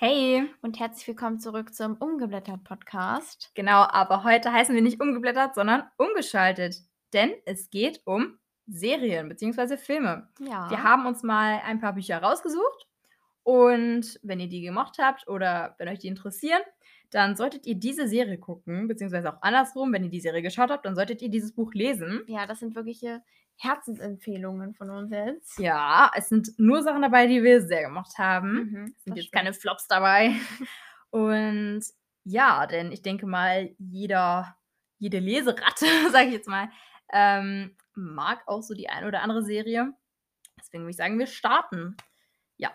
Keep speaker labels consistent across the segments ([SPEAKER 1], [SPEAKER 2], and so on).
[SPEAKER 1] Hi,
[SPEAKER 2] und herzlich willkommen zurück zum Umgeblättert Podcast.
[SPEAKER 1] genau, aber heute heißen wir nicht umgeblättert, sondern umgeschaltet, denn es geht um Serien bzw. Filme.
[SPEAKER 2] Ja.
[SPEAKER 1] Wir haben uns mal ein paar Bücher rausgesucht und wenn ihr die gemocht habt oder wenn euch die interessieren, dann solltet ihr diese Serie gucken, beziehungsweise auch andersrum, wenn ihr die Serie geschaut habt, dann solltet ihr dieses Buch lesen.
[SPEAKER 2] ja, das sind wirkliche Herzensempfehlungen von uns jetzt.
[SPEAKER 1] Ja, es sind nur Sachen dabei, die wir sehr gemocht haben.
[SPEAKER 2] Mhm,
[SPEAKER 1] Es sind
[SPEAKER 2] das
[SPEAKER 1] jetzt
[SPEAKER 2] stimmt.
[SPEAKER 1] keine Flops dabei. Und ja, denn ich denke mal, jeder, jede Leseratte, sage ich jetzt mal, ähm, mag auch so die ein oder andere Serie. Deswegen würde ich sagen, wir starten. Ja,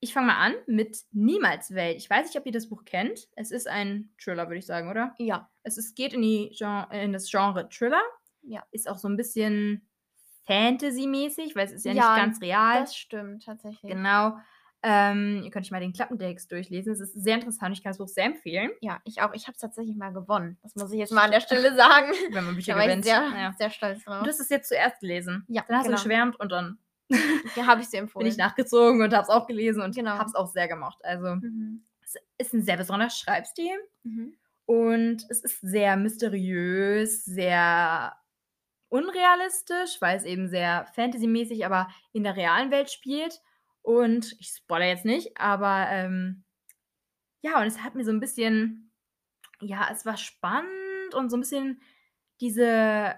[SPEAKER 1] ich fange mal an mit Niemals Welt. Ich weiß nicht, ob ihr das Buch kennt. Es ist ein Thriller, würde ich sagen, oder?
[SPEAKER 2] Ja,
[SPEAKER 1] Es ist, geht in, die Gen äh, in das Genre Thriller.
[SPEAKER 2] Ja.
[SPEAKER 1] Ist auch so ein bisschen Fantasy-mäßig, weil es ist ja,
[SPEAKER 2] Ja,
[SPEAKER 1] nicht ganz real.
[SPEAKER 2] das stimmt tatsächlich.
[SPEAKER 1] Genau. Ähm, ihr könnt euch mal den Klappentext durchlesen. Es ist sehr interessant. Ich kann das Buch sehr empfehlen,
[SPEAKER 2] Ja, ich auch. Ich habe es tatsächlich mal gewonnen. Das muss ich jetzt mal an der Stelle sagen.
[SPEAKER 1] wenn man Bücher
[SPEAKER 2] da war ich
[SPEAKER 1] gewinnt.
[SPEAKER 2] sehr,
[SPEAKER 1] Ja.
[SPEAKER 2] sehr stolz
[SPEAKER 1] Du
[SPEAKER 2] drauf.
[SPEAKER 1] hast es jetzt zuerst gelesen.
[SPEAKER 2] Ja,
[SPEAKER 1] Dann hast
[SPEAKER 2] genau.
[SPEAKER 1] du geschwärmt und dann
[SPEAKER 2] Ja, habe ich dir
[SPEAKER 1] bin
[SPEAKER 2] empfohlen.
[SPEAKER 1] ich nachgezogen und habe es auch gelesen und
[SPEAKER 2] Genau.
[SPEAKER 1] habe es auch sehr gemocht. Also
[SPEAKER 2] mhm.
[SPEAKER 1] es ist ein sehr besonderer Schreibstil
[SPEAKER 2] Mhm.
[SPEAKER 1] und es ist sehr mysteriös, sehr unrealistisch, weil es eben sehr fantasymäßig, aber in der realen Welt spielt. Und ich spoilere jetzt nicht, aber ähm, ja, und es hat mir so ein bisschen, ja, es war spannend und so ein bisschen diese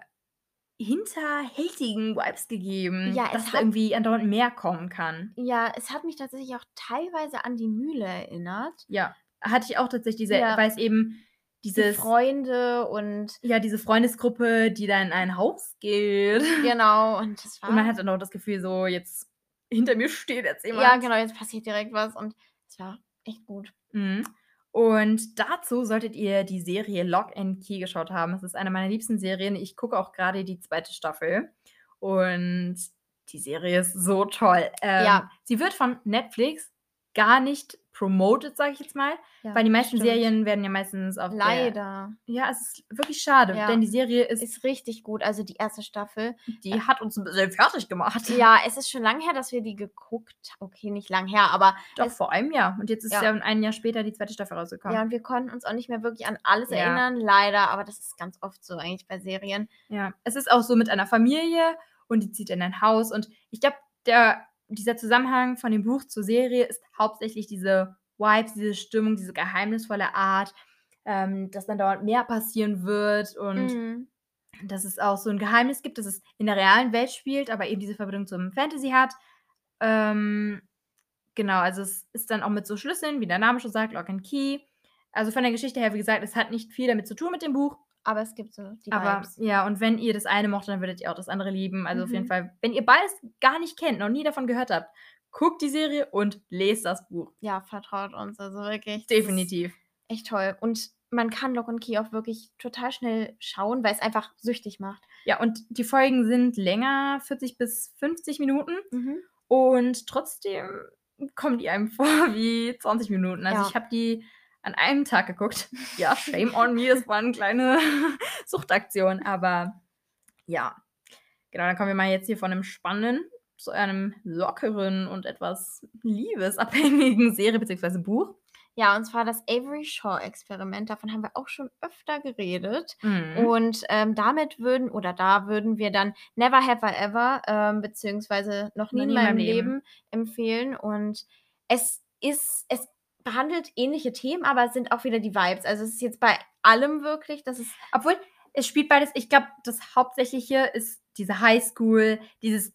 [SPEAKER 1] hinterhältigen Vibes gegeben,
[SPEAKER 2] Ja, es
[SPEAKER 1] dass da
[SPEAKER 2] hat-
[SPEAKER 1] irgendwie andauernd mehr kommen kann.
[SPEAKER 2] Ja, es hat mich tatsächlich auch teilweise an die Mühle erinnert.
[SPEAKER 1] Ja, hatte ich auch tatsächlich, diese,
[SPEAKER 2] Ja.
[SPEAKER 1] weil es eben
[SPEAKER 2] Die
[SPEAKER 1] dieses,
[SPEAKER 2] Freunde und
[SPEAKER 1] ja, diese Freundesgruppe, die da in ein Haus geht.
[SPEAKER 2] genau. Und das war.
[SPEAKER 1] Und man hat dann auch das Gefühl, so jetzt hinter mir steht jetzt jemand.
[SPEAKER 2] ja, genau, jetzt passiert direkt was und es war echt gut.
[SPEAKER 1] Mhm. Und dazu solltet ihr die Serie Lock and Key geschaut haben. Es ist eine meiner liebsten Serien. Ich gucke auch gerade die zweite Staffel. Und die Serie ist so toll. Ähm,
[SPEAKER 2] Ja.
[SPEAKER 1] Sie wird von Netflix gar nicht promoted, sage ich jetzt mal.
[SPEAKER 2] Ja,
[SPEAKER 1] weil die meisten
[SPEAKER 2] stimmt.
[SPEAKER 1] Serien werden ja meistens auf der-
[SPEAKER 2] Leider.
[SPEAKER 1] Ja, es ist wirklich schade,
[SPEAKER 2] Ja.
[SPEAKER 1] denn die Serie ist,
[SPEAKER 2] Ist richtig gut. Also die erste Staffel.
[SPEAKER 1] die hat uns ein bisschen fertig gemacht.
[SPEAKER 2] Ja, es ist schon lang her, dass wir die geguckt haben. Okay, nicht lang her, aber
[SPEAKER 1] Doch,
[SPEAKER 2] es-
[SPEAKER 1] vor einem Jahr. Und jetzt ist
[SPEAKER 2] Ja.
[SPEAKER 1] ja, ein Jahr später die zweite Staffel rausgekommen.
[SPEAKER 2] ja, und wir konnten uns auch nicht mehr wirklich an alles
[SPEAKER 1] Ja.
[SPEAKER 2] erinnern, leider, aber das ist ganz oft so eigentlich bei Serien.
[SPEAKER 1] Ja, es ist auch so mit einer Familie und die zieht in ein Haus. Und ich glaube, der, dieser Zusammenhang von dem Buch zur Serie ist hauptsächlich diese Vibes, diese Stimmung, diese geheimnisvolle Art, ähm, dass dann dauernd mehr passieren wird und
[SPEAKER 2] Mhm.
[SPEAKER 1] dass es auch so ein Geheimnis gibt, dass es in der realen Welt spielt, aber eben diese Verbindung zum Fantasy hat. Ähm, genau, also es ist dann auch mit so Schlüsseln, wie der Name schon sagt, Lock and Key. Also von der Geschichte her, wie gesagt, es hat nicht viel damit zu tun mit dem Buch,
[SPEAKER 2] Aber es gibt so die
[SPEAKER 1] aber
[SPEAKER 2] Vibes.
[SPEAKER 1] ja, und wenn ihr das eine mocht, dann würdet ihr auch das andere lieben. Also auf jeden
[SPEAKER 2] Mhm.
[SPEAKER 1] Fall, wenn ihr beides gar nicht kennt, noch nie davon gehört habt, guckt die Serie und lest das Buch.
[SPEAKER 2] Ja, vertraut uns. Also wirklich. das ist
[SPEAKER 1] Definitiv.
[SPEAKER 2] Echt toll. Und man kann Lock und Key auch wirklich total schnell schauen, weil es einfach süchtig macht.
[SPEAKER 1] Ja, und die Folgen sind länger, 40 bis 50 Minuten. Und trotzdem kommen die einem vor wie 20 Minuten. Also
[SPEAKER 2] Ja.
[SPEAKER 1] ich habe die an einem Tag geguckt. Ja, shame on me, das war eine kleine Suchtaktion. Aber ja, genau, dann kommen wir mal jetzt hier von einem spannenden zu einem lockeren und etwas liebesabhängigen Serie bzw. Buch.
[SPEAKER 2] Ja, und zwar das Avery Shaw-Experiment. Davon haben wir auch schon öfter geredet.
[SPEAKER 1] Mhm.
[SPEAKER 2] Und ähm, damit würden, oder da würden wir dann Never Have I Ever, ähm, beziehungsweise noch nie in meinem Leben. empfehlen. Und es ist, es behandelt ähnliche Themen, aber es sind auch wieder die Vibes. Also es ist jetzt bei allem wirklich, dass es
[SPEAKER 1] Obwohl, es spielt beides. Ich glaube, das Hauptsächliche ist diese Highschool, dieses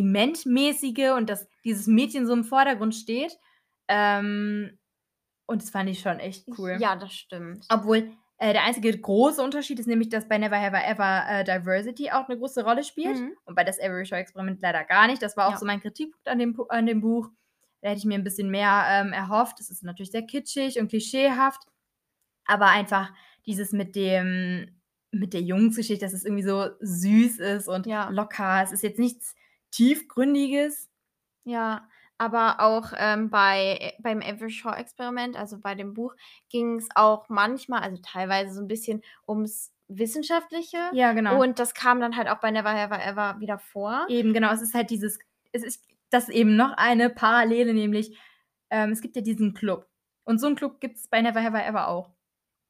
[SPEAKER 1] Experimentmäßige und dass dieses Mädchen so im Vordergrund steht. Ähm, und das fand ich schon echt cool.
[SPEAKER 2] Ja, das stimmt.
[SPEAKER 1] Obwohl, äh, der einzige große Unterschied ist nämlich, dass bei Never Have I Ever äh, Diversity auch eine große Rolle spielt.
[SPEAKER 2] Mhm.
[SPEAKER 1] Und bei das Every Show Experiment leider gar nicht. Das war auch
[SPEAKER 2] Ja.
[SPEAKER 1] so mein Kritikpunkt an dem, Pu- an dem Buch. Da hätte ich mir ein bisschen mehr ähm, erhofft. Es ist natürlich sehr kitschig und klischeehaft. Aber einfach dieses mit dem, mit der Jungsgeschichte, dass es irgendwie so süß ist und
[SPEAKER 2] Ja.
[SPEAKER 1] locker. Es ist jetzt nichts tiefgründiges.
[SPEAKER 2] Ja, aber auch ähm, bei, beim Avery Shaw Experiment, also bei dem Buch, ging es auch manchmal, also teilweise so ein bisschen ums Wissenschaftliche.
[SPEAKER 1] Ja, genau.
[SPEAKER 2] Und das kam dann halt auch bei Never Have I Ever wieder vor.
[SPEAKER 1] Eben, genau. Es ist halt dieses, es ist das ist eben noch eine Parallele, nämlich ähm, es gibt ja diesen Club. Und so einen Club gibt es bei Never Have I Ever auch.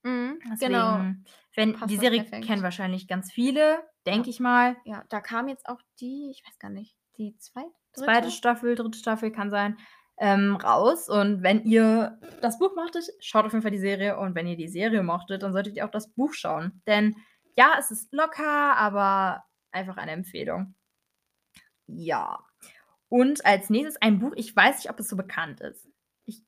[SPEAKER 2] Mhm,
[SPEAKER 1] Deswegen,
[SPEAKER 2] genau.
[SPEAKER 1] Wenn,
[SPEAKER 2] Passt
[SPEAKER 1] die
[SPEAKER 2] das
[SPEAKER 1] Serie
[SPEAKER 2] perfekt.
[SPEAKER 1] kennen wahrscheinlich ganz viele, denke ich mal.
[SPEAKER 2] Ja, da kam jetzt auch die, ich weiß gar nicht, die zweite? dritte?
[SPEAKER 1] Zweite Staffel, dritte Staffel kann sein, ähm, raus. Und wenn ihr das Buch mochtet, schaut auf jeden Fall die Serie. Und wenn ihr die Serie mochtet, dann solltet ihr auch das Buch schauen. Denn ja, es ist locker, aber einfach eine Empfehlung. Ja. Und als nächstes ein Buch, ich weiß nicht, ob es so bekannt ist. Ich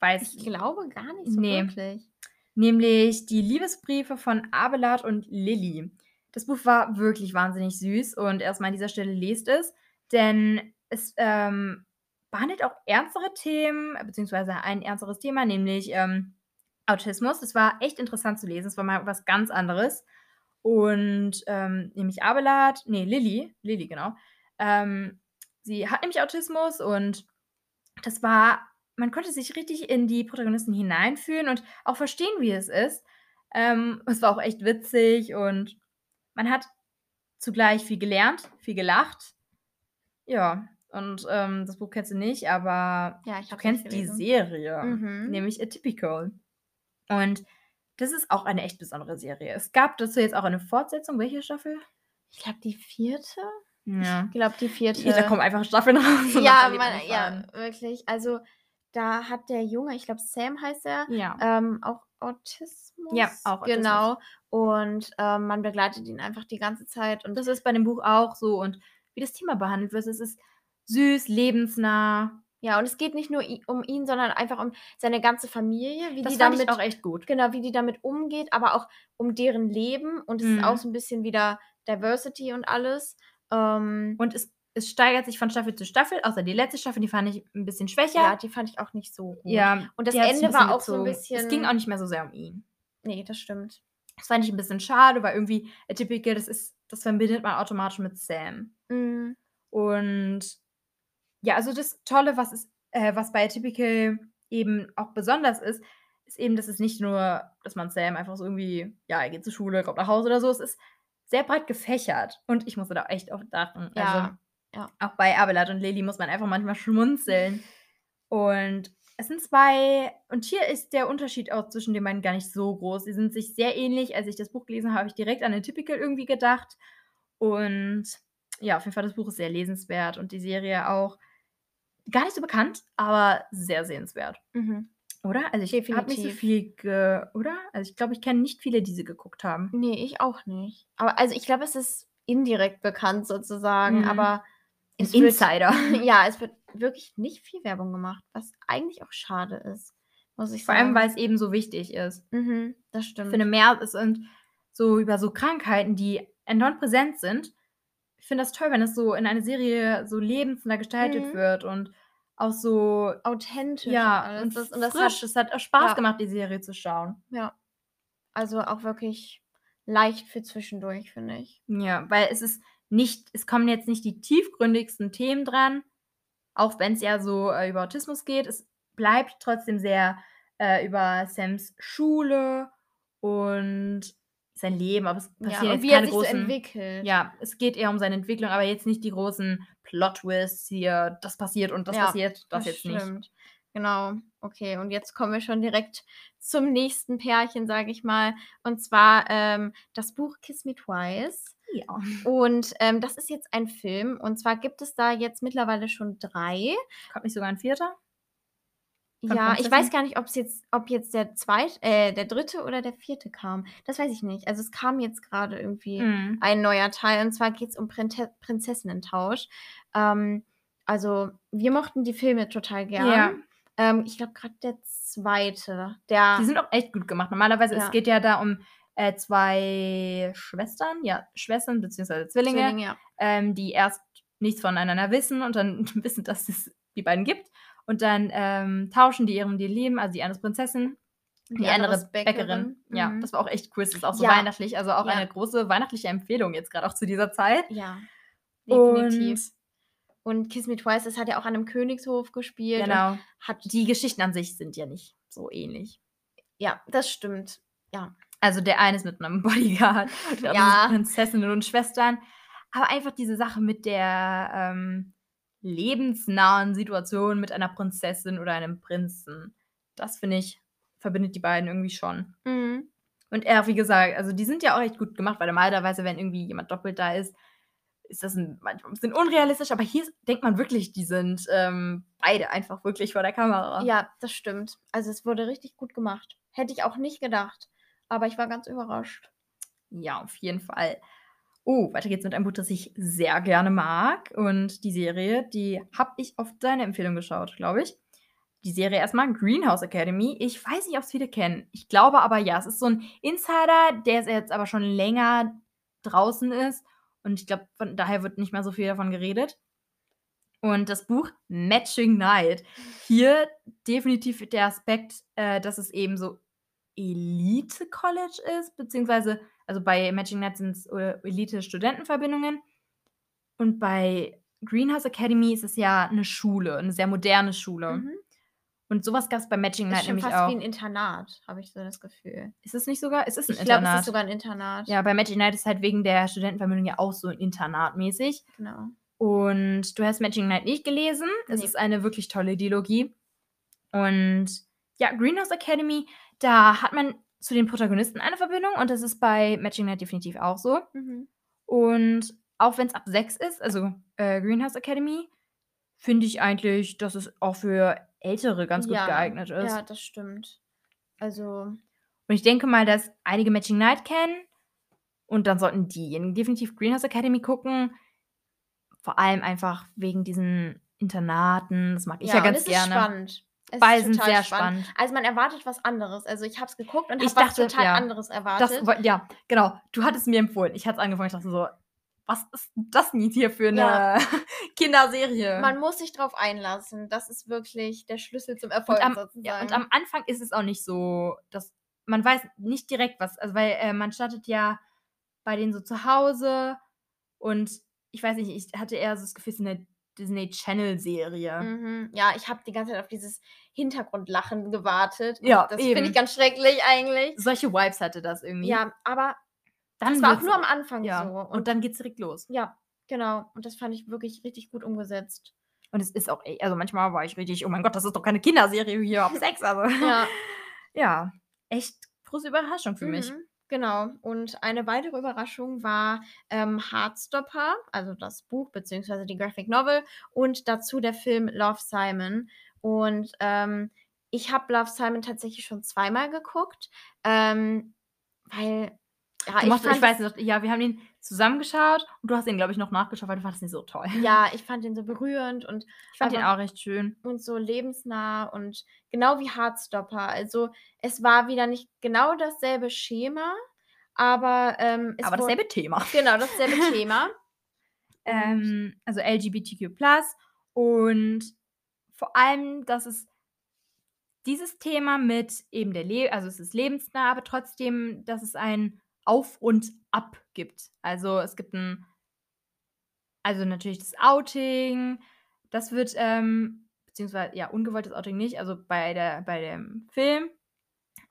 [SPEAKER 1] weiß
[SPEAKER 2] Ich glaube gar nicht so
[SPEAKER 1] Nee.
[SPEAKER 2] wirklich.
[SPEAKER 1] nämlich die Liebesbriefe von Abelard und Lilly. Das Buch war wirklich wahnsinnig süß und erstmal an dieser Stelle lest es, denn es ähm, behandelt auch ernstere Themen, beziehungsweise ein ernsteres Thema, nämlich ähm, Autismus. Es war echt interessant zu lesen, es war mal was ganz anderes. Und ähm, nämlich Abelard, nee, Lilly, Lilly, genau. Ähm, sie hat nämlich Autismus und das war, man konnte sich richtig in die Protagonisten hineinfühlen und auch verstehen, wie es ist. Ähm, es war auch echt witzig und man hat zugleich viel gelernt, viel gelacht. Ja, und ähm, das Buch kennst du nicht, aber
[SPEAKER 2] Ja, ich
[SPEAKER 1] du
[SPEAKER 2] hab
[SPEAKER 1] kennst
[SPEAKER 2] nicht
[SPEAKER 1] die
[SPEAKER 2] gelesen.
[SPEAKER 1] Serie,
[SPEAKER 2] Mhm.
[SPEAKER 1] nämlich Atypical. Und das ist auch eine echt besondere Serie. Es gab dazu jetzt auch eine Fortsetzung. Welche Staffel?
[SPEAKER 2] Ich glaube, die vierte?
[SPEAKER 1] Ja.
[SPEAKER 2] Ich glaube, die vierte.
[SPEAKER 1] Da kommen einfach Staffeln raus. und
[SPEAKER 2] ja,
[SPEAKER 1] dann verliert
[SPEAKER 2] man,
[SPEAKER 1] sich
[SPEAKER 2] ja,
[SPEAKER 1] an.
[SPEAKER 2] wirklich. Also, da hat der Junge, ich glaube, Sam heißt er,
[SPEAKER 1] ja.
[SPEAKER 2] ähm, auch Autismus.
[SPEAKER 1] Ja, auch Autismus.
[SPEAKER 2] Genau. Und ähm, man begleitet ihn einfach die ganze Zeit. Und
[SPEAKER 1] Und das ist bei dem Buch auch so. Und wie das Thema behandelt wird, es ist süß, lebensnah.
[SPEAKER 2] ja, und es geht nicht nur i- um ihn, sondern einfach um seine ganze Familie, wie
[SPEAKER 1] das
[SPEAKER 2] die
[SPEAKER 1] fand
[SPEAKER 2] damit
[SPEAKER 1] ich auch echt gut.
[SPEAKER 2] genau, wie die damit umgeht, aber auch um deren Leben. Und es
[SPEAKER 1] Mhm.
[SPEAKER 2] ist auch so ein bisschen wieder Diversity und alles. Ähm,
[SPEAKER 1] Und es, es steigert sich von Staffel zu Staffel, außer die letzte Staffel, die fand ich ein bisschen
[SPEAKER 2] ja,
[SPEAKER 1] schwächer.
[SPEAKER 2] die fand ich auch nicht so gut.
[SPEAKER 1] und
[SPEAKER 2] Und
[SPEAKER 1] das
[SPEAKER 2] das
[SPEAKER 1] Ende
[SPEAKER 2] Ende
[SPEAKER 1] war auch so ein bisschen. Es ging
[SPEAKER 2] bisschen-
[SPEAKER 1] auch nicht mehr so sehr um ihn.
[SPEAKER 2] Nee, das stimmt.
[SPEAKER 1] Das fand ich ein bisschen schade, weil irgendwie Atypical, das ist, das verbindet man automatisch mit Sam.
[SPEAKER 2] Mhm.
[SPEAKER 1] Und ja, also das Tolle, was, ist, äh, was bei Atypical eben auch besonders ist, ist eben, dass es nicht nur, dass man Sam einfach so irgendwie, ja, er geht zur Schule, kommt nach Hause oder so, es ist sehr breit gefächert. Und ich musste da echt oft lachen.
[SPEAKER 2] Ja,
[SPEAKER 1] also,
[SPEAKER 2] ja.
[SPEAKER 1] Auch bei Abelard und Lily muss man einfach manchmal schmunzeln. Und es sind zwei, und hier ist der Unterschied auch zwischen den beiden gar nicht so groß. Sie sind sich sehr ähnlich. Als ich das Buch gelesen habe, habe ich direkt an Atypical irgendwie gedacht. Und ja, auf jeden Fall, das Buch ist sehr lesenswert und die Serie auch gar nicht so bekannt, aber sehr sehenswert.
[SPEAKER 2] Mhm.
[SPEAKER 1] Oder? Also ich habe nicht so
[SPEAKER 2] Definitiv.
[SPEAKER 1] viel, ge oder? Also ich glaube, ich kenne nicht viele, die sie geguckt haben.
[SPEAKER 2] Nee, ich auch nicht. Aber also ich glaube, es ist indirekt bekannt sozusagen,
[SPEAKER 1] Mhm.
[SPEAKER 2] aber
[SPEAKER 1] Ein
[SPEAKER 2] es wird-
[SPEAKER 1] Insider.
[SPEAKER 2] ja, es wird wirklich nicht viel Werbung gemacht, was eigentlich auch schade ist, muss ich
[SPEAKER 1] Vor
[SPEAKER 2] sagen.
[SPEAKER 1] allem, weil es eben so wichtig ist.
[SPEAKER 2] mhm, das
[SPEAKER 1] Ich
[SPEAKER 2] stimmt.
[SPEAKER 1] finde mehr es sind so über so Krankheiten, die enorm präsent sind. Ich finde das toll, wenn es so in eine Serie so lebensnah gestaltet
[SPEAKER 2] Mhm.
[SPEAKER 1] wird und auch so
[SPEAKER 2] authentisch und
[SPEAKER 1] ja
[SPEAKER 2] alles.
[SPEAKER 1] und,
[SPEAKER 2] das, und das
[SPEAKER 1] frisch.
[SPEAKER 2] hat
[SPEAKER 1] es hat auch Spaß
[SPEAKER 2] ja.
[SPEAKER 1] gemacht, die Serie zu schauen.
[SPEAKER 2] also auch wirklich leicht für zwischendurch, finde ich.
[SPEAKER 1] Ja, weil es ist nicht, es kommen jetzt nicht die tiefgründigsten Themen dran, auch wenn es ja so äh, über Autismus geht. Es bleibt trotzdem sehr äh, über Sams Schule und sein Leben, aber es passieren
[SPEAKER 2] ja, und
[SPEAKER 1] jetzt
[SPEAKER 2] wie
[SPEAKER 1] keine
[SPEAKER 2] er sich so
[SPEAKER 1] großen.
[SPEAKER 2] entwickelt.
[SPEAKER 1] ja, es geht eher um seine Entwicklung, aber jetzt nicht die großen Plot-Twists hier, das passiert und das
[SPEAKER 2] Ja,
[SPEAKER 1] passiert, das, jetzt nicht.
[SPEAKER 2] stimmt. Genau. Okay, und jetzt kommen wir schon direkt zum nächsten Pärchen, sage ich mal. Und zwar ähm, das Buch Kiss Me Twice.
[SPEAKER 1] Ja.
[SPEAKER 2] Und ähm, das ist jetzt ein Film. Und zwar gibt es da jetzt mittlerweile schon drei.
[SPEAKER 1] Kommt nicht sogar ein Vierter? Von
[SPEAKER 2] ja, ich
[SPEAKER 1] Prinzessin?
[SPEAKER 2] weiß gar nicht, ob es jetzt, ob jetzt der zweite, äh, der dritte oder der vierte kam. Das weiß ich nicht. Also es kam jetzt gerade irgendwie
[SPEAKER 1] Mhm.
[SPEAKER 2] ein neuer Teil. Und zwar geht es um Printe Prinzessinnentausch. Ähm, also, wir mochten die Filme total gern.
[SPEAKER 1] Ja.
[SPEAKER 2] Ähm, ich glaube, gerade der zweite, der.
[SPEAKER 1] Die sind auch echt gut gemacht. Normalerweise, es
[SPEAKER 2] Ah. Ja.
[SPEAKER 1] geht ja da um äh, zwei Schwestern, ja, Schwestern bzw. Zwillinge,
[SPEAKER 2] Zwillinge, ja.
[SPEAKER 1] Ähm, die erst nichts voneinander wissen und dann wissen, dass es die beiden gibt. Und dann ähm, tauschen die ihrem die Leben, also die eine ist Prinzessin,
[SPEAKER 2] Und
[SPEAKER 1] die, andere ist Bäckerin. Ja,
[SPEAKER 2] Mhm.
[SPEAKER 1] das war auch echt cool. Das ist auch so
[SPEAKER 2] Ja.
[SPEAKER 1] weihnachtlich. Also auch
[SPEAKER 2] Ja.
[SPEAKER 1] eine große weihnachtliche Empfehlung jetzt gerade auch zu dieser Zeit.
[SPEAKER 2] ja.
[SPEAKER 1] Und
[SPEAKER 2] Definitiv. Und, Kiss Me Twice, das hat ja auch an einem Königshof gespielt. Und
[SPEAKER 1] genau,
[SPEAKER 2] hat,
[SPEAKER 1] die Geschichten an sich sind ja nicht so ähnlich.
[SPEAKER 2] ja, das stimmt.
[SPEAKER 1] Also der eine ist mit einem Bodyguard, der andere
[SPEAKER 2] Ja.
[SPEAKER 1] ist Prinzessinnen und Schwestern. Aber einfach diese Sache mit der ähm, lebensnahen Situation mit einer Prinzessin oder einem Prinzen. das finde ich, verbindet die beiden irgendwie schon.
[SPEAKER 2] Mhm.
[SPEAKER 1] Und er, wie gesagt, also die sind ja auch echt gut gemacht, weil normalerweise, wenn irgendwie jemand doppelt da ist, ist das ein, manchmal ein bisschen unrealistisch, aber hier denkt man wirklich, die sind ähm, beide einfach wirklich vor der Kamera.
[SPEAKER 2] Ja, das stimmt. Also es wurde richtig gut gemacht. Hätte ich auch nicht gedacht. Aber ich war ganz überrascht.
[SPEAKER 1] Ja, auf jeden Fall. Oh, weiter geht's mit einem Buch, das ich sehr gerne mag. Und die Serie, die habe ich auf deine Empfehlung geschaut, glaube ich. Die Serie erstmal Greenhouse Academy. Ich weiß nicht, ob es viele kennen. Ich glaube aber ja, es ist so ein Insider, der jetzt aber schon länger draußen ist. Und ich glaube, von daher wird nicht mehr so viel davon geredet. Und das Buch Matching Night. Hier definitiv der Aspekt, äh, dass es eben so Elite-College ist, beziehungsweise, also bei Matching Night sind es äh, Elite-Studentenverbindungen. Und bei Greenhouse Academy ist es ja eine Schule, eine sehr moderne Schule.
[SPEAKER 2] Mhm.
[SPEAKER 1] Und sowas gab es bei Matching
[SPEAKER 2] Ist
[SPEAKER 1] Night
[SPEAKER 2] schon
[SPEAKER 1] nämlich
[SPEAKER 2] fast
[SPEAKER 1] auch.
[SPEAKER 2] wie ein Internat, habe ich so das Gefühl.
[SPEAKER 1] Ist es nicht sogar? Es ist ein
[SPEAKER 2] Ich glaube, es
[SPEAKER 1] Internat.
[SPEAKER 2] ist sogar ein Internat.
[SPEAKER 1] ja, bei Matching Night ist halt wegen der Studentenverbindung ja auch so internatmäßig.
[SPEAKER 2] Genau.
[SPEAKER 1] Und du hast Matching Night nicht gelesen. Es
[SPEAKER 2] Nee.
[SPEAKER 1] ist eine wirklich tolle Dialogie. Und ja, Greenhouse Academy, da hat man zu den Protagonisten eine Verbindung und das ist bei Matching Night definitiv auch so.
[SPEAKER 2] Mhm.
[SPEAKER 1] Und auch wenn es ab 6 ist, also äh, Greenhouse Academy, finde ich eigentlich, dass es auch für Ältere ganz gut
[SPEAKER 2] Ja,
[SPEAKER 1] geeignet ist.
[SPEAKER 2] Ja, das stimmt. Also,
[SPEAKER 1] Und ich denke mal, dass einige Matching Night kennen. Und dann sollten diejenigen definitiv Greenhouse Academy gucken. Vor allem einfach wegen diesen Internaten. Das mag ich ja,
[SPEAKER 2] und
[SPEAKER 1] ganz
[SPEAKER 2] es
[SPEAKER 1] gerne.
[SPEAKER 2] Ist spannend. Es
[SPEAKER 1] Beide
[SPEAKER 2] ist
[SPEAKER 1] sind
[SPEAKER 2] total
[SPEAKER 1] sehr spannend.
[SPEAKER 2] Also man erwartet was anderes. Also ich habe es geguckt und
[SPEAKER 1] Ich
[SPEAKER 2] habe was
[SPEAKER 1] dachte,
[SPEAKER 2] total
[SPEAKER 1] ja.
[SPEAKER 2] anderes erwartet.
[SPEAKER 1] Das, woll- ja, genau. Du hattest mir empfohlen. Ich hatte es angefangen. Ich dachte so, was ist das denn jetzt hier für eine
[SPEAKER 2] Ja.
[SPEAKER 1] Kinderserie?
[SPEAKER 2] man muss sich drauf einlassen. Das ist wirklich der Schlüssel zum Erfolg
[SPEAKER 1] am-
[SPEAKER 2] sozusagen.
[SPEAKER 1] ja, und am Anfang ist es auch nicht so, dass man weiß nicht direkt was. Also, weil äh, man startet ja bei denen so zu Hause und ich weiß nicht, ich hatte eher so das Gefühl, es ist eine Disney Channel-Serie.
[SPEAKER 2] Mhm. Ja, ich habe die ganze Zeit auf dieses Hintergrundlachen gewartet.
[SPEAKER 1] Ja,
[SPEAKER 2] Das
[SPEAKER 1] eben.
[SPEAKER 2] finde ich ganz schrecklich eigentlich.
[SPEAKER 1] Solche Vibes hatte das irgendwie.
[SPEAKER 2] Ja, aber
[SPEAKER 1] dann
[SPEAKER 2] das war auch
[SPEAKER 1] wird's-
[SPEAKER 2] nur am Anfang
[SPEAKER 1] ja.
[SPEAKER 2] so.
[SPEAKER 1] Und dann geht's direkt los.
[SPEAKER 2] ja, genau. Und das fand ich wirklich richtig gut umgesetzt.
[SPEAKER 1] Und es ist auch, ey, also manchmal war ich richtig, oh mein Gott, das ist doch keine Kinderserie hier auf Sex. Also.
[SPEAKER 2] Ja,
[SPEAKER 1] ja, echt große Überraschung für mich.
[SPEAKER 2] Mhm, Genau. Und eine weitere Überraschung war ähm, Heartstopper, also das Buch beziehungsweise die Graphic Novel und dazu der Film Love Simon. Und ähm, ich habe Love Simon tatsächlich schon zweimal geguckt, ähm, weil ja,
[SPEAKER 1] Du mochtest- ich,
[SPEAKER 2] fand
[SPEAKER 1] weiß nicht, ja, wir haben den zusammengeschaut und du hast ihn, glaube ich, noch nachgeschaut, weil du fandest ihn so toll.
[SPEAKER 2] es- ja, ich fand den so berührend und
[SPEAKER 1] Ich fand ihn
[SPEAKER 2] Aber-
[SPEAKER 1] auch recht schön.
[SPEAKER 2] und so lebensnah und genau wie Heartstopper. Also es war wieder nicht genau dasselbe Schema, aber ähm, es
[SPEAKER 1] aber
[SPEAKER 2] wurde-
[SPEAKER 1] dasselbe Thema.
[SPEAKER 2] Genau, dasselbe Thema.
[SPEAKER 1] Ähm, also LGBTQ und vor allem, dass es dieses Thema mit eben der Le also es ist lebensnah, aber trotzdem, dass es ein Auf und Ab gibt. Also es gibt ein, also natürlich das Outing, das wird, ähm, beziehungsweise ja, ungewolltes Outing nicht, also bei der, bei dem Film.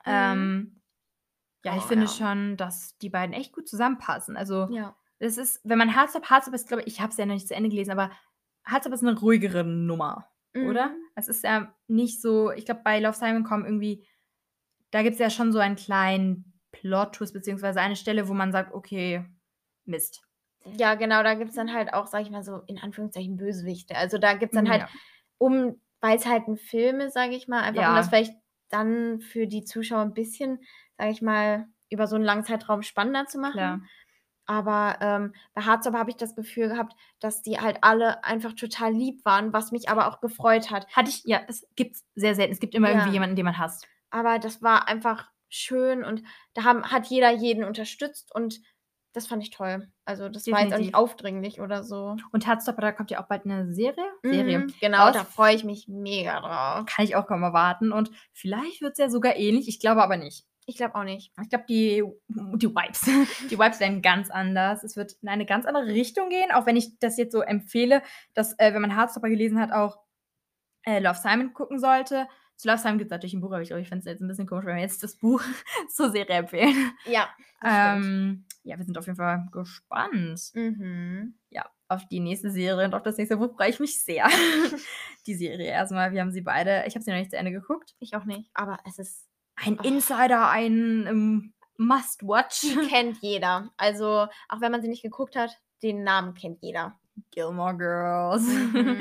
[SPEAKER 1] Ähm, ja, ich
[SPEAKER 2] Oh,
[SPEAKER 1] finde
[SPEAKER 2] ja.
[SPEAKER 1] schon, dass die beiden echt gut zusammenpassen. Also
[SPEAKER 2] ja.
[SPEAKER 1] das ist, wenn man Hardstop, Hardstop ist, glaube ich, ich habe es ja noch nicht zu Ende gelesen, aber Hardstop ist eine ruhigere Nummer, oder?
[SPEAKER 2] Mhm.
[SPEAKER 1] Es ist ja nicht so, ich glaube, bei Love Simon kommen irgendwie, da gibt es ja schon so einen kleinen Plot-Twist, beziehungsweise eine Stelle, wo man sagt, okay, Mist.
[SPEAKER 2] Ja, genau, da gibt es dann halt auch, sag ich mal so, in Anführungszeichen Bösewichte. Also da gibt es dann halt,
[SPEAKER 1] Ja.
[SPEAKER 2] um, weil es halt ein Film ist, sag ich mal, einfach um
[SPEAKER 1] Ja.
[SPEAKER 2] das vielleicht dann für die Zuschauer ein bisschen, sag ich mal, über so einen langen Zeitraum spannender zu machen.
[SPEAKER 1] Klar.
[SPEAKER 2] Aber ähm, bei Hardstop habe ich das Gefühl gehabt, dass die halt alle einfach total lieb waren, was mich aber auch gefreut hat.
[SPEAKER 1] Hatte ich, ja, es gibt sehr selten. Es gibt immer
[SPEAKER 2] Ja.
[SPEAKER 1] irgendwie jemanden, den man hasst.
[SPEAKER 2] Aber das war einfach schön und da haben, hat jeder jeden unterstützt und das fand ich toll. Also das war jetzt auch nicht
[SPEAKER 1] Definitiv.
[SPEAKER 2] aufdringlich oder so.
[SPEAKER 1] Und Hardstop, da kommt ja auch bald eine Serie. Serie.
[SPEAKER 2] Mhm, genau,
[SPEAKER 1] raus.
[SPEAKER 2] da freue ich mich mega drauf.
[SPEAKER 1] Kann ich auch kaum erwarten. Und vielleicht wird es ja sogar ähnlich. Ich glaube aber nicht.
[SPEAKER 2] Ich glaube auch nicht.
[SPEAKER 1] Ich glaube, die, die Vibes. Die Vibes werden ganz anders. Es wird in eine ganz andere Richtung gehen, auch wenn ich das jetzt so empfehle, dass, äh, wenn man Hardstopper gelesen hat, auch äh, Love Simon gucken sollte. Zu Love Simon gibt es natürlich ein Buch, aber ich glaube, ich fände es jetzt ein bisschen komisch, wenn wir jetzt das Buch zur Serie empfehlen.
[SPEAKER 2] Ja. das stimmt.
[SPEAKER 1] Ähm, ja, wir sind auf jeden Fall gespannt.
[SPEAKER 2] Mhm.
[SPEAKER 1] Ja, auf die nächste Serie und auf das nächste Buch freue ich mich sehr. die Serie erstmal, wir haben sie beide, ich habe sie noch nicht zu Ende geguckt.
[SPEAKER 2] Ich auch nicht, aber es ist.
[SPEAKER 1] Ein
[SPEAKER 2] Oh.
[SPEAKER 1] Insider, ein ähm, Must-Watch.
[SPEAKER 2] Die kennt jeder. Also, auch wenn man sie nicht geguckt hat, den Namen kennt jeder.
[SPEAKER 1] Gilmore Girls.
[SPEAKER 2] Mhm.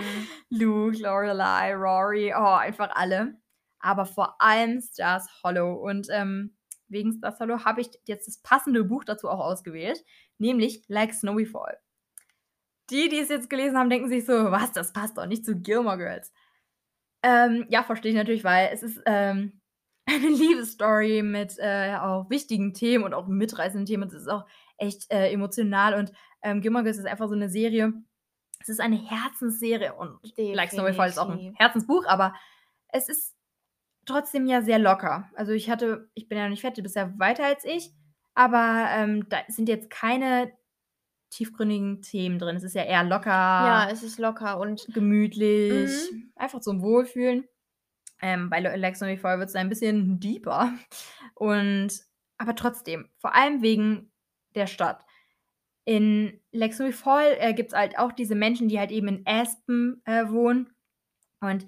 [SPEAKER 1] Luke, Lorelei, Rory, oh, einfach alle. Aber vor allem Stars Hollow. Und ähm, wegen Stars Hollow habe ich jetzt das passende Buch dazu auch ausgewählt, nämlich Like Snowy Fall. Die, die es jetzt gelesen haben, denken sich so, was, das passt doch nicht zu Gilmore Girls. Ähm, ja, verstehe ich natürlich, weil es ist ähm, eine Liebesstory mit äh, auch wichtigen Themen und auch mitreißenden Themen. Und es ist auch echt äh, emotional. Und ähm, Gilmore Girls ist einfach so eine Serie. Es ist eine Herzensserie und Like Snowy Fall ist auch ein
[SPEAKER 2] Definitiv.
[SPEAKER 1] Herzensbuch, aber es ist trotzdem ja sehr locker. Also ich hatte, ich bin ja noch nicht fertig, du bist ja weiter als ich, aber ähm, da sind jetzt keine tiefgründigen Themen drin. Es ist ja eher locker,
[SPEAKER 2] Ja, es Mhm. ist locker und
[SPEAKER 1] gemütlich, einfach zum Wohlfühlen. Ähm, bei Lo- Like Snowy Fall wird es ein bisschen deeper und aber trotzdem, vor allem wegen der Stadt. In Lex Luthor Fall äh, gibt es halt auch diese Menschen, die halt eben in Aspen äh, wohnen. Und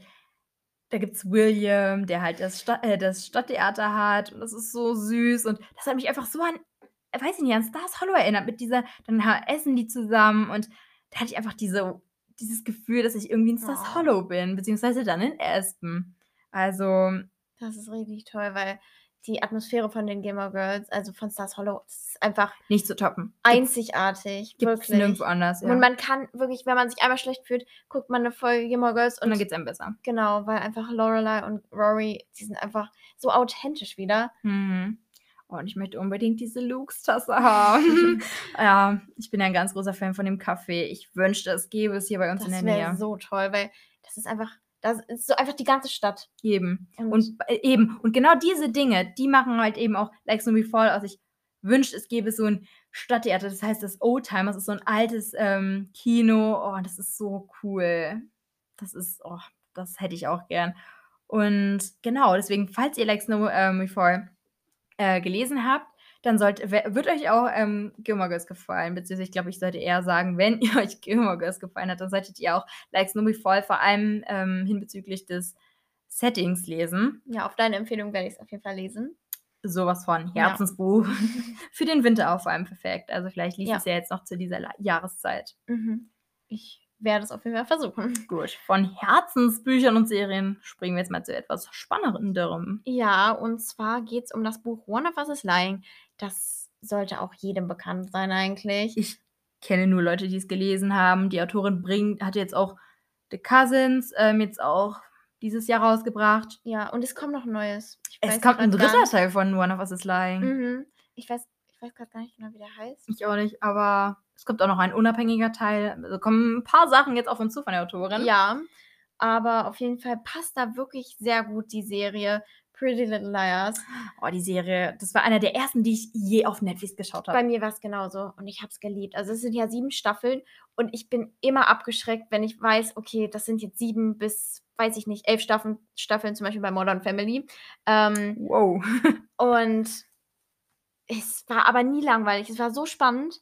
[SPEAKER 1] da gibt es William, der halt das, Sta äh, das Stadttheater hat. Und das ist so süß. Und das hat mich einfach so an, äh, weiß ich nicht, an Stars Hollow erinnert. Mit dieser, dann ha- essen die zusammen. Und da hatte ich einfach diese, dieses Gefühl, dass ich irgendwie in Stars
[SPEAKER 2] Oh.
[SPEAKER 1] Hollow bin. Beziehungsweise dann in Aspen. Also,
[SPEAKER 2] das ist richtig toll, weil die Atmosphäre von den Gamer Girls, also von Stars Hollow, das ist einfach
[SPEAKER 1] nicht zu toppen.
[SPEAKER 2] einzigartig.
[SPEAKER 1] Gibt es
[SPEAKER 2] wirklich.
[SPEAKER 1] nirgendwo anders. Ja.
[SPEAKER 2] Und man kann wirklich, wenn man sich einmal schlecht fühlt, guckt man eine Folge Gilmore Girls
[SPEAKER 1] und
[SPEAKER 2] und
[SPEAKER 1] dann geht es einem besser.
[SPEAKER 2] genau, weil einfach Lorelei und Rory, die sind einfach so authentisch wieder.
[SPEAKER 1] Mhm. Oh, und ich möchte unbedingt diese Lux-Tasse haben. ja, ich bin ja ein ganz großer Fan von dem Kaffee. Ich wünschte, es gäbe es hier bei uns in der
[SPEAKER 2] Das wäre
[SPEAKER 1] Nähe.
[SPEAKER 2] so toll, weil das ist einfach, das ist so einfach die ganze Stadt.
[SPEAKER 1] eben. Und äh, eben. Und genau diese Dinge, die machen halt eben auch Like Zombie Fall aus. Ich wünschte, es gäbe so ein Stadttheater. Das heißt, das Oldtimer, das ist so ein altes ähm, Kino. Oh, das ist so cool. Das ist, oh, das hätte ich auch gern. Und genau, deswegen, falls ihr Like Snow ähm, Before äh, gelesen habt, dann sollte, we- wird euch auch ähm, Gilmore Girls gefallen. Beziehungsweise, ich glaube, ich sollte eher sagen, wenn ihr euch Gilmore Girls gefallen hat, dann solltet ihr auch Like Snow Before vor allem ähm, hinbezüglich des Settings lesen.
[SPEAKER 2] ja, auf deine Empfehlung werde ich es auf jeden Fall lesen.
[SPEAKER 1] Sowas von
[SPEAKER 2] Ja.
[SPEAKER 1] Herzensbuch. Für den Winter auch vor allem perfekt. Also vielleicht liest
[SPEAKER 2] Ja.
[SPEAKER 1] es ja jetzt noch zu dieser La- Jahreszeit.
[SPEAKER 2] Mhm. Ich werde es auf jeden Fall versuchen.
[SPEAKER 1] Gut, von Herzensbüchern und Serien springen wir jetzt mal zu etwas Spannenderem.
[SPEAKER 2] Ja, und zwar geht es um das Buch One of Us is Lying. Das sollte auch jedem bekannt sein eigentlich.
[SPEAKER 1] Ich kenne nur Leute, die es gelesen haben. Die Autorin bringt, hat jetzt auch The Cousins ähm, jetzt auch dieses Jahr rausgebracht.
[SPEAKER 2] Ja, und es kommt noch ein neues. Ich
[SPEAKER 1] Es
[SPEAKER 2] weiß
[SPEAKER 1] kommt ein
[SPEAKER 2] grad gar
[SPEAKER 1] dritter Teil von One of Us is Lying.
[SPEAKER 2] nicht- Mhm. Ich weiß, ich weiß gerade gar nicht genau, wie der heißt.
[SPEAKER 1] Ich auch nicht, aber es kommt auch noch ein unabhängiger Teil. Also kommen ein paar Sachen jetzt auf uns zu von der Autorin.
[SPEAKER 2] Ja, aber auf jeden Fall passt da wirklich sehr gut die Serie Pretty Little Liars.
[SPEAKER 1] Oh, die Serie, das war einer der ersten, die ich je auf Netflix geschaut
[SPEAKER 2] Bei
[SPEAKER 1] habe.
[SPEAKER 2] mir war es genauso und ich habe es geliebt. Also es sind ja sieben Staffeln und ich bin immer abgeschreckt, wenn ich weiß, okay, das sind jetzt sieben bis, weiß ich nicht, elf Staffeln, Staffeln zum Beispiel bei Modern Family. Ähm,
[SPEAKER 1] Wow.
[SPEAKER 2] und es war aber nie langweilig. Es war so spannend.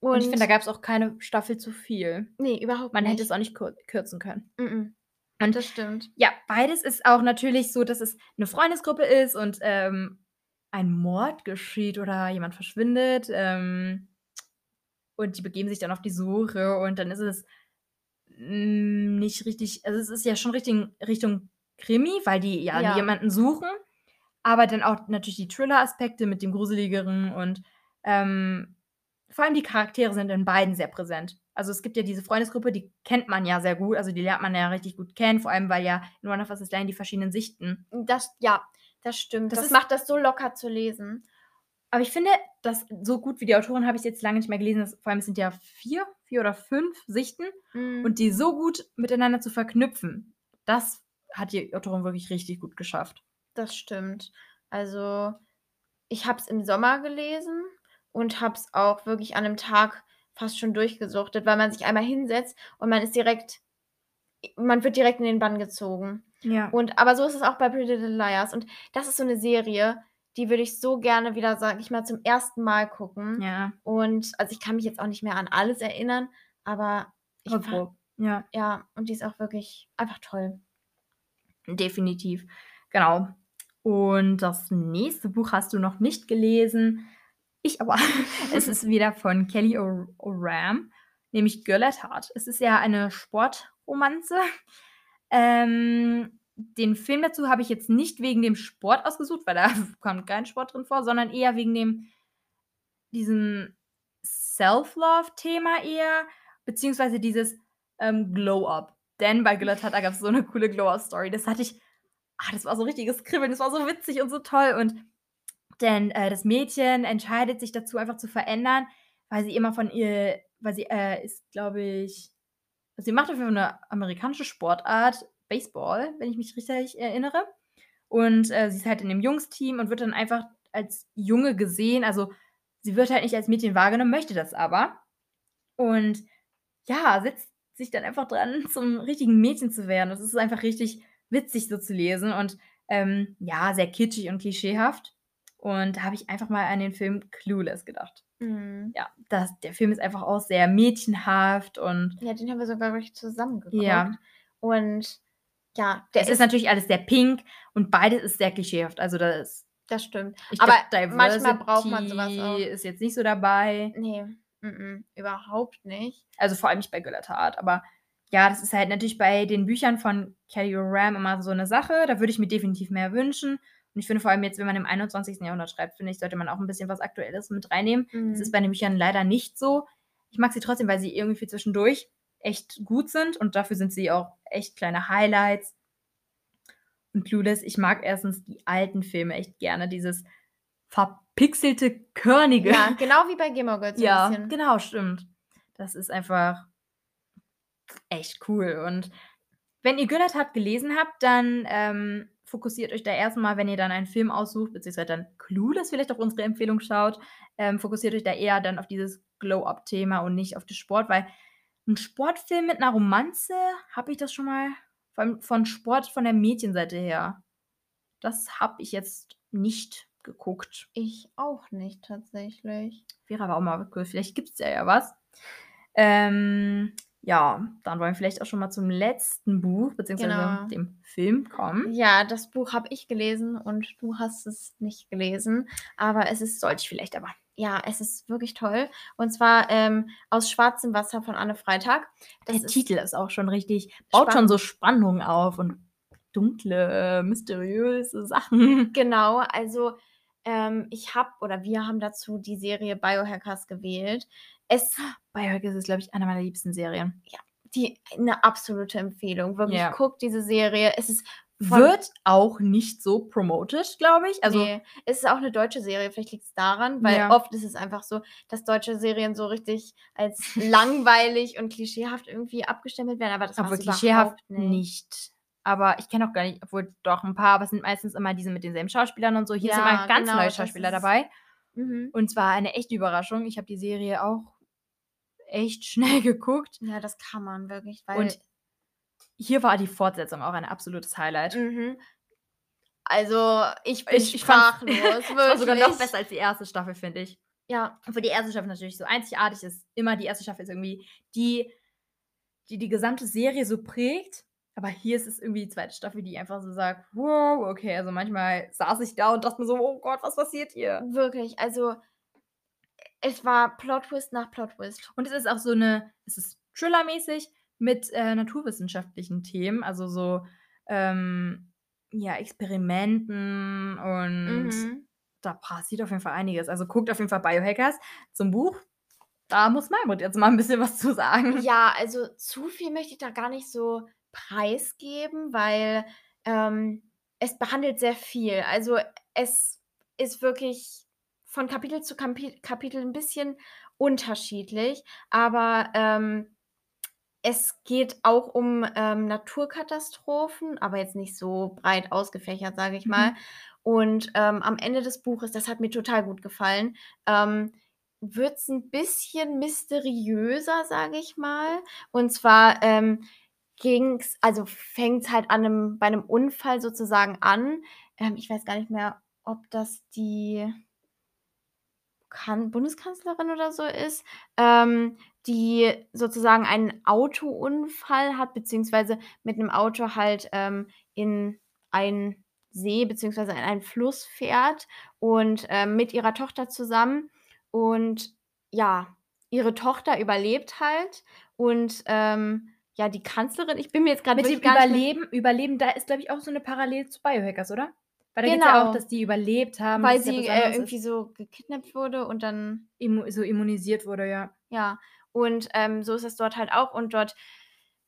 [SPEAKER 2] Und,
[SPEAKER 1] Und ich finde, da gab es auch keine Staffel zu viel.
[SPEAKER 2] nee, überhaupt
[SPEAKER 1] Man
[SPEAKER 2] nicht.
[SPEAKER 1] hätte es auch nicht kur kürzen können.
[SPEAKER 2] Mm -mm.
[SPEAKER 1] Und-
[SPEAKER 2] das stimmt.
[SPEAKER 1] Ja, beides ist auch natürlich so, dass es eine Freundesgruppe ist und ähm, ein Mord geschieht oder jemand verschwindet. Ähm, und die begeben sich dann auf die Suche und dann ist es mm, nicht richtig, also es ist ja schon richtig Richtung Krimi, weil die ja,
[SPEAKER 2] Ja.
[SPEAKER 1] jemanden suchen, aber dann auch natürlich die Thriller-Aspekte mit dem Gruseligeren und ähm, vor allem die Charaktere sind in beiden sehr präsent. Also es gibt ja diese Freundesgruppe, die kennt man ja sehr gut, also die lernt man ja richtig gut kennen, vor allem weil ja in One of Us is Line die verschiedenen Sichten.
[SPEAKER 2] Das, ja, das stimmt.
[SPEAKER 1] Das
[SPEAKER 2] Das,
[SPEAKER 1] ist-
[SPEAKER 2] macht das so locker zu lesen.
[SPEAKER 1] Aber ich finde, dass so gut wie die Autorin habe ich jetzt lange nicht mehr gelesen, dass, vor allem es sind ja vier, vier oder fünf Sichten
[SPEAKER 2] Mm.
[SPEAKER 1] und die so gut miteinander zu verknüpfen, das hat die Autorin wirklich richtig gut geschafft.
[SPEAKER 2] Das stimmt. Also, ich habe es im Sommer gelesen und habe es auch wirklich an einem Tag fast schon durchgesuchtet, weil man sich einmal hinsetzt und man ist direkt, man wird direkt in den Bann gezogen.
[SPEAKER 1] Ja.
[SPEAKER 2] Und aber so ist es auch bei Pretty Little Liars. Und das ist so eine Serie, die würde ich so gerne wieder, sag ich mal, zum ersten Mal gucken.
[SPEAKER 1] ja.
[SPEAKER 2] Und also ich kann mich jetzt auch nicht mehr an alles erinnern, aber Ich
[SPEAKER 1] Holzburg. Ja,
[SPEAKER 2] Ja, und die ist auch wirklich einfach toll.
[SPEAKER 1] definitiv. Genau. Und das nächste Buch hast du noch nicht gelesen. Ich aber. es ist wieder von Kelly O- Oram, nämlich Girletart. Es ist ja eine Sportromanze. Ähm, den Film dazu habe ich jetzt nicht wegen dem Sport ausgesucht, weil da kommt kein Sport drin vor, sondern eher wegen dem diesem Self-Love-Thema eher, beziehungsweise dieses ähm, Glow-Up. Denn bei Gillette da gab es so eine coole Glow-Up-Story. Das hatte ich, ah, das war so richtiges Kribbeln, das war so witzig und so toll. Und denn äh, das Mädchen entscheidet sich dazu, einfach zu verändern, weil sie immer von ihr, weil sie äh, ist, glaube ich, sie macht dafür eine amerikanische Sportart, Baseball, wenn ich mich richtig erinnere. Und äh, sie ist halt in dem Jungsteam und wird dann einfach als Junge gesehen. Also sie wird halt nicht als Mädchen wahrgenommen, möchte das aber. Und ja, setzt sich dann einfach dran, zum richtigen Mädchen zu werden. Das ist einfach richtig witzig so zu lesen und ähm, ja, sehr kitschig und klischeehaft. Und da habe ich einfach mal an den Film Clueless gedacht. Ja, das, der Film ist einfach auch sehr mädchenhaft und
[SPEAKER 2] Ja, den haben wir sogar wirklich zusammen geguckt.
[SPEAKER 1] Ja.
[SPEAKER 2] Und ja, der
[SPEAKER 1] es
[SPEAKER 2] ist,
[SPEAKER 1] ist natürlich alles sehr pink und beides ist sehr klischeehaft. Also da ist,
[SPEAKER 2] das stimmt.
[SPEAKER 1] ich
[SPEAKER 2] Aber
[SPEAKER 1] glaub,
[SPEAKER 2] manchmal braucht man sowas auch.
[SPEAKER 1] Diversity ist jetzt nicht so dabei.
[SPEAKER 2] Nee, mhm, überhaupt nicht.
[SPEAKER 1] Also vor allem nicht bei Güllertat, aber ja, das ist halt natürlich bei den Büchern von Kelly Ram immer so eine Sache. Da würde ich mir definitiv mehr wünschen. Und ich finde vor allem jetzt, wenn man im 21. Jahrhundert schreibt, finde ich, sollte man auch ein bisschen was Aktuelles mit reinnehmen. Das
[SPEAKER 2] Mhm. Mm.
[SPEAKER 1] ist bei den Büchern leider nicht so. Ich mag sie trotzdem, weil sie irgendwie zwischendurch echt gut sind und dafür sind sie auch echt kleine Highlights. Und Clueless, ich mag erstens die alten Filme echt gerne, dieses verpixelte, körnige.
[SPEAKER 2] ja, genau wie bei Gilmore Girls
[SPEAKER 1] Ja,
[SPEAKER 2] ein bisschen.
[SPEAKER 1] genau, stimmt. Das ist einfach echt cool. Und wenn ihr Güllert habt gelesen habt, dann ähm, fokussiert euch da erstmal, wenn ihr dann einen Film aussucht, beziehungsweise dann Clueless vielleicht auf unsere Empfehlung schaut, ähm, fokussiert euch da eher dann auf dieses Glow-Up-Thema und nicht auf den Sport, weil ein Sportfilm mit einer Romanze, habe ich das schon mal von, von Sport von der Mädchenseite her. Das habe ich jetzt nicht geguckt.
[SPEAKER 2] Ich auch nicht tatsächlich.
[SPEAKER 1] Vera war auch mal cool. Vielleicht gibt es ja ja was. Ähm, ja, dann wollen wir vielleicht auch schon mal zum letzten Buch, beziehungsweise
[SPEAKER 2] Genau.
[SPEAKER 1] dem Film kommen.
[SPEAKER 2] Ja, das Buch habe ich gelesen und du hast es nicht gelesen. Aber es ist
[SPEAKER 1] Sollte ich vielleicht aber.
[SPEAKER 2] ja, es ist wirklich toll. Und zwar ähm, aus schwarzem Wasser von Anne Freitag. Das
[SPEAKER 1] Der
[SPEAKER 2] ist,
[SPEAKER 1] Titel ist auch schon richtig, baut schon so Spannung auf und dunkle, äh, mysteriöse Sachen.
[SPEAKER 2] Genau, also ähm, ich habe oder wir haben dazu die Serie Biohackers gewählt. Es
[SPEAKER 1] Biohack ist es, glaube ich, eine meiner liebsten Serien.
[SPEAKER 2] die eine absolute Empfehlung. Wirklich,
[SPEAKER 1] Ja.
[SPEAKER 2] guckt diese Serie. Es ist Von-
[SPEAKER 1] Wird auch nicht so promoted, glaube ich. Also,
[SPEAKER 2] also nee, es ist auch eine deutsche Serie. Vielleicht liegt es daran, weil
[SPEAKER 1] Ja.
[SPEAKER 2] oft ist es einfach so, dass deutsche Serien so richtig als langweilig und klischeehaft irgendwie abgestempelt werden. Aber das
[SPEAKER 1] obwohl
[SPEAKER 2] war's
[SPEAKER 1] klischeehaft
[SPEAKER 2] überhaupt
[SPEAKER 1] nicht. Aber ich kenne auch gar nicht, obwohl doch ein paar, aber es sind meistens immer diese mit denselben Schauspielern und so. Hier sind
[SPEAKER 2] Ja,
[SPEAKER 1] immer ganz
[SPEAKER 2] genau,
[SPEAKER 1] neue
[SPEAKER 2] das
[SPEAKER 1] Schauspieler
[SPEAKER 2] ist-
[SPEAKER 1] dabei.
[SPEAKER 2] Mhm.
[SPEAKER 1] Und zwar eine echte Überraschung. Ich habe die Serie auch echt schnell geguckt.
[SPEAKER 2] Ja, das kann man wirklich, weil
[SPEAKER 1] Und hier war die Fortsetzung auch ein absolutes Highlight.
[SPEAKER 2] Mhm. Also, ich bin
[SPEAKER 1] Ich- ich fand's-
[SPEAKER 2] sprachlos. wirklich.
[SPEAKER 1] War sogar noch besser als die erste Staffel, finde ich.
[SPEAKER 2] Ja,
[SPEAKER 1] Obwohl die erste Staffel natürlich so einzigartig ist. Immer die erste Staffel ist irgendwie die, die die gesamte Serie so prägt. Aber hier ist es irgendwie die zweite Staffel, die einfach so sagt, wow, okay. Also manchmal saß ich da und dachte mir so, oh Gott, was passiert hier?
[SPEAKER 2] wirklich. Also, es war Plot-Twist nach Plot-Twist.
[SPEAKER 1] Und es ist auch so eine, es ist thrillermäßig mit äh, naturwissenschaftlichen Themen, also so ähm, ja, Experimenten und
[SPEAKER 2] Mhm.
[SPEAKER 1] da passiert auf jeden Fall einiges. Also guckt auf jeden Fall Biohackers zum Buch. Da muss Malmut jetzt mal ein bisschen was zu sagen.
[SPEAKER 2] Ja, also zu viel möchte ich da gar nicht so preisgeben, weil ähm, es behandelt sehr viel. Also es ist wirklich von Kapitel zu Kapi Kapitel ein bisschen unterschiedlich, aber ähm, es geht auch um ähm, Naturkatastrophen, aber jetzt nicht so breit ausgefächert, sage ich mal. Und ähm, am Ende des Buches, das hat mir total gut gefallen, ähm, wird es ein bisschen mysteriöser, sage ich mal. Und zwar ähm, ging's, also fängt es halt an einem, bei einem Unfall sozusagen an. Ähm, ich weiß gar nicht mehr, ob das die kan Bundeskanzlerin oder so ist. Ähm, die sozusagen einen Autounfall hat, beziehungsweise mit einem Auto halt ähm, in einen See, beziehungsweise in einen Fluss fährt und ähm, mit ihrer Tochter zusammen. Und ja, ihre Tochter überlebt halt und ähm, ja, die Kanzlerin, ich bin mir jetzt gerade
[SPEAKER 1] Mit dem
[SPEAKER 2] wirklich gar nicht mehr-
[SPEAKER 1] Überleben, Überleben, da ist, glaube ich, auch so eine Parallele zu Biohackers, oder? Weil da geht ja
[SPEAKER 2] Genau.
[SPEAKER 1] auch, dass die überlebt haben.
[SPEAKER 2] weil
[SPEAKER 1] dass es
[SPEAKER 2] sie
[SPEAKER 1] ja was
[SPEAKER 2] äh,
[SPEAKER 1] anderes
[SPEAKER 2] irgendwie
[SPEAKER 1] ist.
[SPEAKER 2] so gekidnappt wurde und dann
[SPEAKER 1] Immu so immunisiert wurde, ja.
[SPEAKER 2] Ja, und ähm, so ist es dort halt auch. Und dort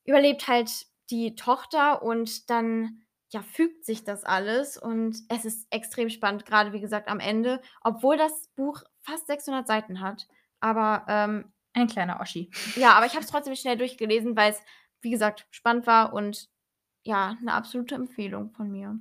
[SPEAKER 2] überlebt halt die Tochter und dann ja, fügt sich das alles. Und es ist extrem spannend, gerade wie gesagt am Ende, obwohl das Buch fast 600 Seiten hat. Aber ähm,
[SPEAKER 1] Ein kleiner Oschi.
[SPEAKER 2] ja, aber ich habe es trotzdem schnell durchgelesen, weil es, wie gesagt, spannend war und ja, eine absolute Empfehlung von mir.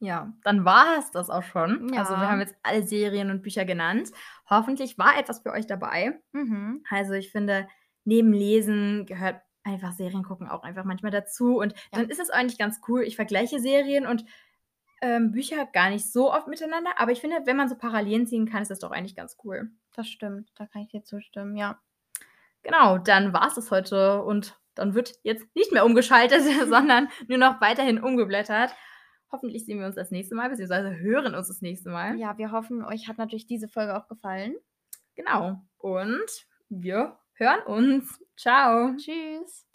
[SPEAKER 1] Ja, dann war es das auch schon. Also wir
[SPEAKER 2] Ja.
[SPEAKER 1] haben jetzt alle Serien und Bücher genannt. Hoffentlich war etwas für euch dabei.
[SPEAKER 2] Mhm.
[SPEAKER 1] Also ich finde, neben Lesen gehört einfach Serien gucken auch einfach manchmal dazu. Und dann ist es eigentlich ganz cool. Ich vergleiche Serien und ähm, Bücher gar nicht so oft miteinander. Aber ich finde, wenn man so Parallelen ziehen kann, ist das doch eigentlich ganz cool.
[SPEAKER 2] Das stimmt, da kann ich dir zustimmen, ja.
[SPEAKER 1] Genau, dann war es das heute und dann wird jetzt nicht mehr umgeschaltet, sondern nur noch weiterhin umgeblättert. Hoffentlich sehen wir uns das nächste Mal, beziehungsweise hören uns das nächste Mal.
[SPEAKER 2] Ja, wir hoffen, euch hat natürlich diese Folge auch gefallen.
[SPEAKER 1] Genau. Und wir hören uns. Ciao.
[SPEAKER 2] Tschüss.